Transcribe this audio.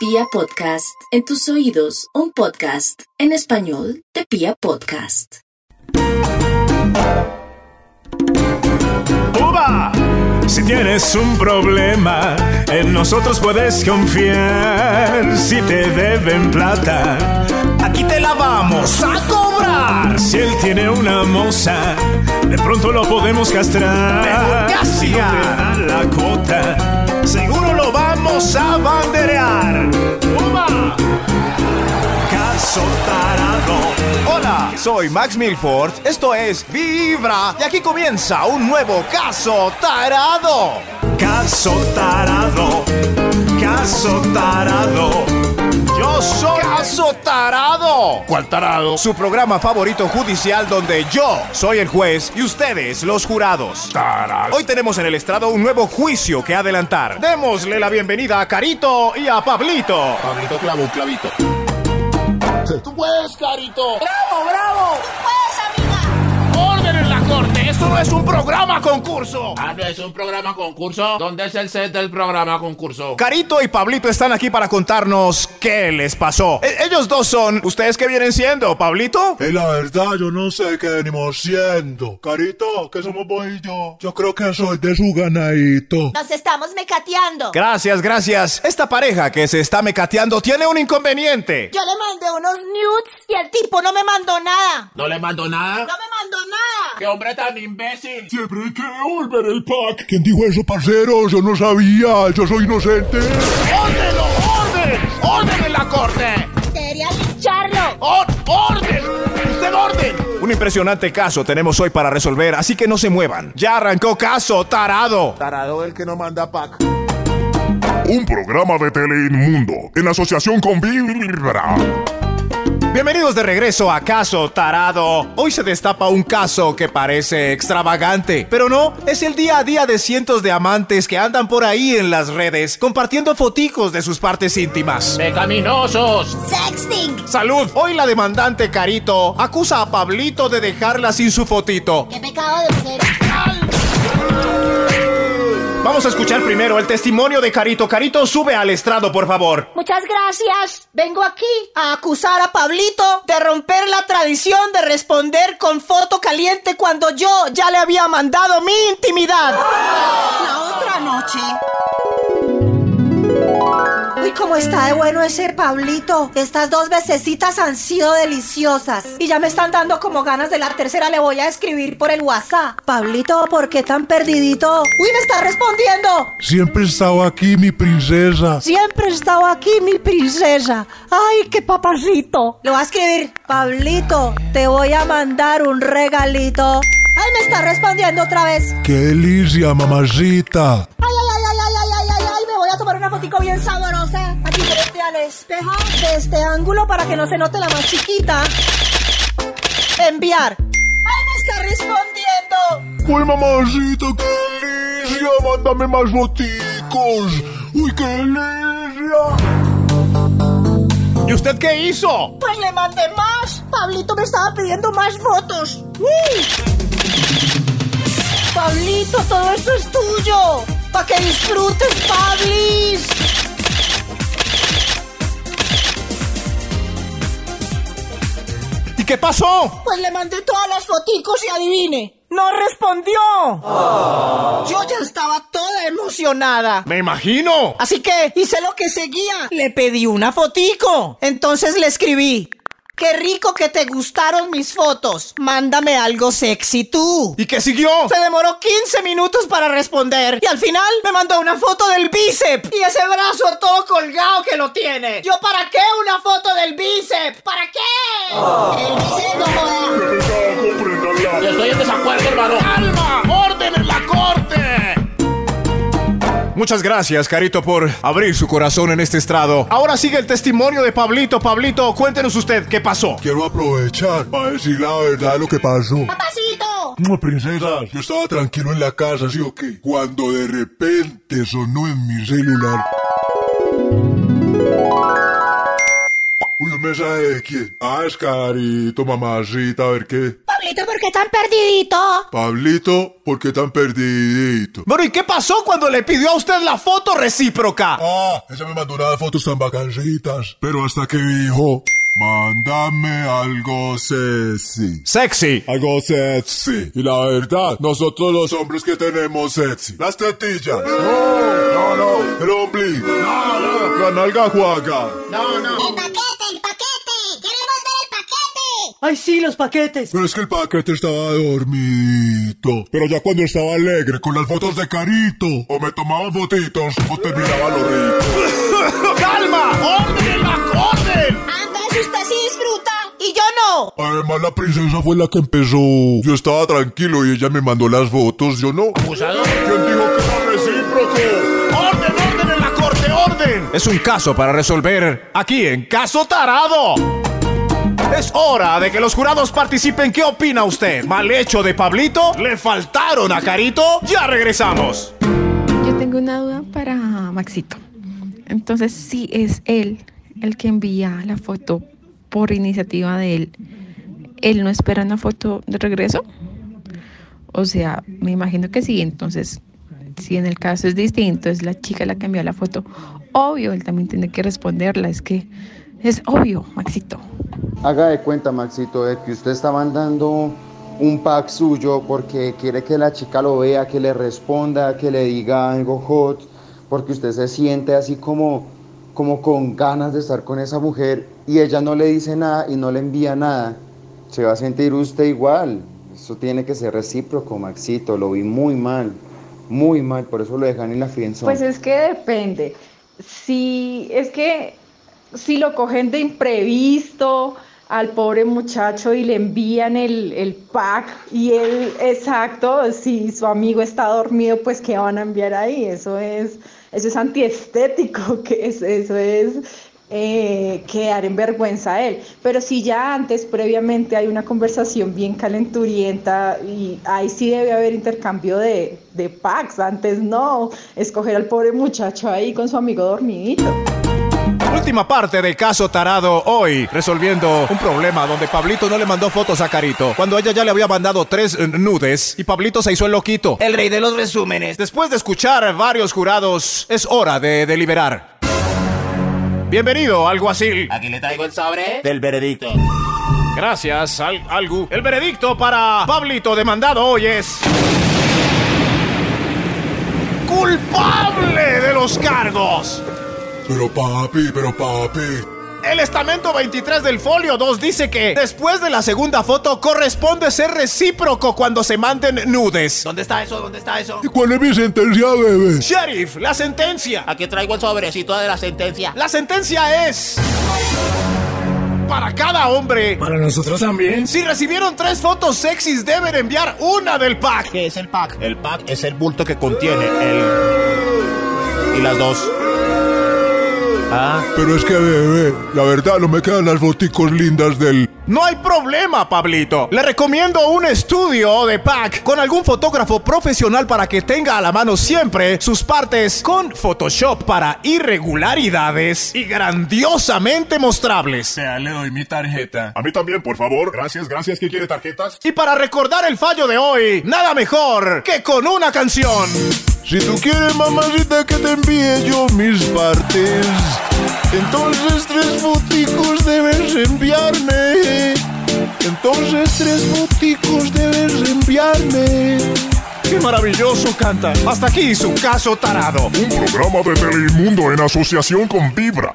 Pia Podcast, en tus oídos, un podcast en español de Pia Podcast. ¡Uva! Si tienes un problema, en nosotros puedes confiar. Si te deben plata, Aquí te la vamos a cobrar. si él tiene una moza, de pronto lo podemos castrar. Mejor que Si no te hacía. da la cuota, Seguro lo vamos a banderear. ¡uva! Caso tarado. Hola, soy Max Milford. Esto es Vibra. Y aquí comienza un nuevo caso tarado. Caso tarado, caso tarado. Yo soy Caso Tarado. ¿Cuál tarado? Su programa favorito judicial donde yo soy el juez y ustedes los jurados. Hoy tenemos en el estrado un nuevo juicio que adelantar. Démosle la bienvenida a Carito y a Pablito. Pablito clavó un clavito. Tú puedes, Carito. ¡Orden en la corte! ¡Esto no es un programa concurso! Ah, no, es un programa concurso. ¿Dónde es el set del programa concurso? Carito y Pablito están aquí para contarnos qué les pasó. E- ellos dos son. ¿Ustedes qué vienen siendo, Pablito? Y la verdad, yo no sé qué venimos siendo. Carito, que somos vos y yo. Yo creo que soy de su ganadito. Nos estamos mecateando. Gracias, gracias. Esta pareja que se está mecateando tiene un inconveniente. Yo le mandé unos nudes y el tipo no me mandó nada. ¿No le mando nada? No me mandó nada. ¡Qué hombre tan imbécil! Siempre hay que devolver el pack. ¿Quién dijo eso, parcero? Yo no sabía. Yo soy inocente. ¡Órdenlo! ¡Orden! ¡Orden en la corte! Debería lincharlo. ¡Orden! ¡Usted orden! Un impresionante caso tenemos hoy para resolver, así que no se muevan. Ya arrancó caso, tarado. Tarado el que no manda pack. Un programa de tele inmundo en asociación con Vibra. Bienvenidos de regreso a Caso Tarado. Hoy se destapa un caso que parece extravagante, pero no, es el día a día de cientos de amantes que andan por ahí en las redes compartiendo foticos de sus partes íntimas. ¡Pecaminosos! Sexting. Salud, hoy la demandante Carito acusa a Pablito de dejarla sin su fotito. Qué pecado de mujer. Vamos a escuchar primero el testimonio de Carito. Carito, sube al estrado, por favor. Muchas gracias. Vengo aquí a acusar a Pablito de romper la tradición de responder con foto caliente cuando yo ya le había mandado mi intimidad. La otra noche. Uy, cómo está de bueno ese Pablito. Estas dos vecesitas han sido deliciosas. Y ya me están dando como ganas de la tercera. Le voy a escribir por el WhatsApp. Pablito, ¿por qué tan perdidito? Uy, me está respondiendo. Siempre estaba aquí, mi princesa. Siempre he estado aquí, mi princesa. ¡Ay, qué papacito! Lo va a escribir. Pablito, te voy a mandar un regalito. ¡Ay, me está respondiendo otra vez! ¡Qué delicia, mamacita! ¡Ay, ay, ay, ay, ay, ay, ay, ay! ay Me voy a tomar una fotico bien sabrosa. Aquí frente al espejo de este ángulo para que no se note la más chiquita. Enviar. ¡Ay, me está respondiendo! ¡Uy, mamacita, qué delicia! ¡Mándame más boticos! ¡Uy, qué delicia! ¿Y usted qué hizo? Pues le mandé más. Pablito me estaba pidiendo más fotos. ¡Uy! Pablito, todo esto es tuyo. Para que disfrutes, Pablis. ¿Y qué pasó? Pues le mandé todas las foticos y adivine. No respondió. Yo ya estaba toda emocionada. Me imagino. Así que hice lo que seguía. Le pedí una fotico. Entonces le escribí. Qué rico que te gustaron mis fotos. Mándame algo sexy tú. ¿Y qué siguió? Se demoró 15 minutos para responder y al final me mandó una foto del bíceps y ese brazo todo colgado que lo tiene. ¿Yo para qué una foto del bíceps? ¿Para qué? Oh. El bíceps no joda. Yo estoy en desacuerdo, hermano. ¡Calma! ¡Orden en la corte! Muchas gracias, Carito, por abrir su corazón en este estrado. Ahora sigue el testimonio de Pablito. Pablito, cuéntenos usted qué pasó. Quiero aprovechar para decir la verdad de lo que pasó. Papacito. No, princesa, yo estaba tranquilo en la casa, ¿sí o qué? Cuando de repente sonó en mi celular. Uy, me mensaje de quién? Ah, es Carito, mamacita, a ver qué. Pablito, ¿por qué tan perdidito? Pablito, ¿por qué tan perdidito? Bueno, ¿y qué pasó cuando le pidió a usted la foto recíproca? Ah, ella me mandó unas fotos tan bacancitas. Pero hasta que dijo, mándame algo sexy. Sexy. Algo sexy. Y la verdad, nosotros los hombres que tenemos sexy. Las tetillas. No, no, no. El ombligo. No, no. La nalga juaga. No, no. El paquete, el paquete. Queremos ver el paquete. Ay, sí, los paquetes. Pero es que el paquete estaba dormidito. Pero ya cuando estaba alegre con las fotos de carito, o me tomaba fotitos, o terminaba lo rico. ¡Calma! ¡Orden, orden! Andrés, usted sí disfruta. Y yo no. Además, la princesa fue la que empezó. Yo estaba tranquilo y ella me mandó las fotos, yo no. Abusador. ¿Quién dijo que era recíproco? ¡Orden, orden en la corte, orden! Es un caso para resolver aquí en Caso Tarado. Es hora de que los jurados participen. ¿Qué opina usted? ¿Mal hecho de Pablito? ¿Le faltaron a Carito? Ya regresamos. Yo tengo una duda para Maxito. Entonces, si es él el que envía la foto por iniciativa de él, ¿él no espera una foto de regreso? O sea, me imagino que sí. Entonces, si en el caso es distinto, es la chica la que envió la foto, obvio, él también tiene que responderla. Es que es obvio, Maxito. Haga de cuenta, Maxito, de que usted está mandando un pack suyo porque quiere que la chica lo vea, que le responda, que le diga algo hot, porque usted se siente así como, como con ganas de estar con esa mujer y ella no le dice nada y no le envía nada. Se va a sentir usted igual. Eso tiene que ser recíproco, Maxito. Lo vi muy mal, muy mal. Por eso lo dejan en la fianza. Pues es que depende. Si es que si lo cogen de imprevisto al pobre muchacho y le envían el, el pack y él, exacto, si su amigo está dormido, pues ¿qué van a enviar ahí? Eso es, eso es antiestético, que es, eso es eh, quedar en vergüenza a él. Pero si ya antes, previamente, hay una conversación bien calenturienta y ahí sí debe haber intercambio de, de packs, antes no, escoger al pobre muchacho ahí con su amigo dormidito. Última parte de caso tarado hoy, resolviendo un problema donde Pablito no le mandó fotos a Carito, cuando ella ya le había mandado tres eh, nudes y Pablito se hizo el loquito. El rey de los resúmenes. Después de escuchar varios jurados, es hora de deliberar. Bienvenido, alguacil. Aquí le traigo el sobre del veredicto. Gracias, al algu. El veredicto para Pablito demandado hoy es culpable de los cargos. Pero papi, pero papi. El estamento 23 del folio 2 dice que después de la segunda foto corresponde ser recíproco cuando se manden nudes. ¿Dónde está eso? ¿Dónde está eso? ¿Y cuál es mi sentencia, bebé? Sheriff, la sentencia. Aquí traigo el sobrecito de la sentencia. La sentencia es... Para cada hombre. Para nosotros también. Si recibieron tres fotos sexys, deben enviar una del pack. ¿Qué es el pack? El pack es el bulto que contiene el... Y las dos. Ah. Pero es que, bebé, la verdad no me quedan las boticos lindas del... No hay problema, Pablito. Le recomiendo un estudio de pack con algún fotógrafo profesional para que tenga a la mano siempre sus partes con Photoshop para irregularidades y grandiosamente mostrables. Sea, le doy mi tarjeta. A mí también, por favor. Gracias, gracias. ¿Quién quiere tarjetas? Y para recordar el fallo de hoy, nada mejor que con una canción. Si tú quieres, mamacita, que te envíe yo mis partes, entonces tres boticos debes enviarme. Entonces tres boticos debes enviarme. ¡Qué maravilloso canta! Hasta aquí su caso tarado. Un programa de Teleinmundo en asociación con Vibra.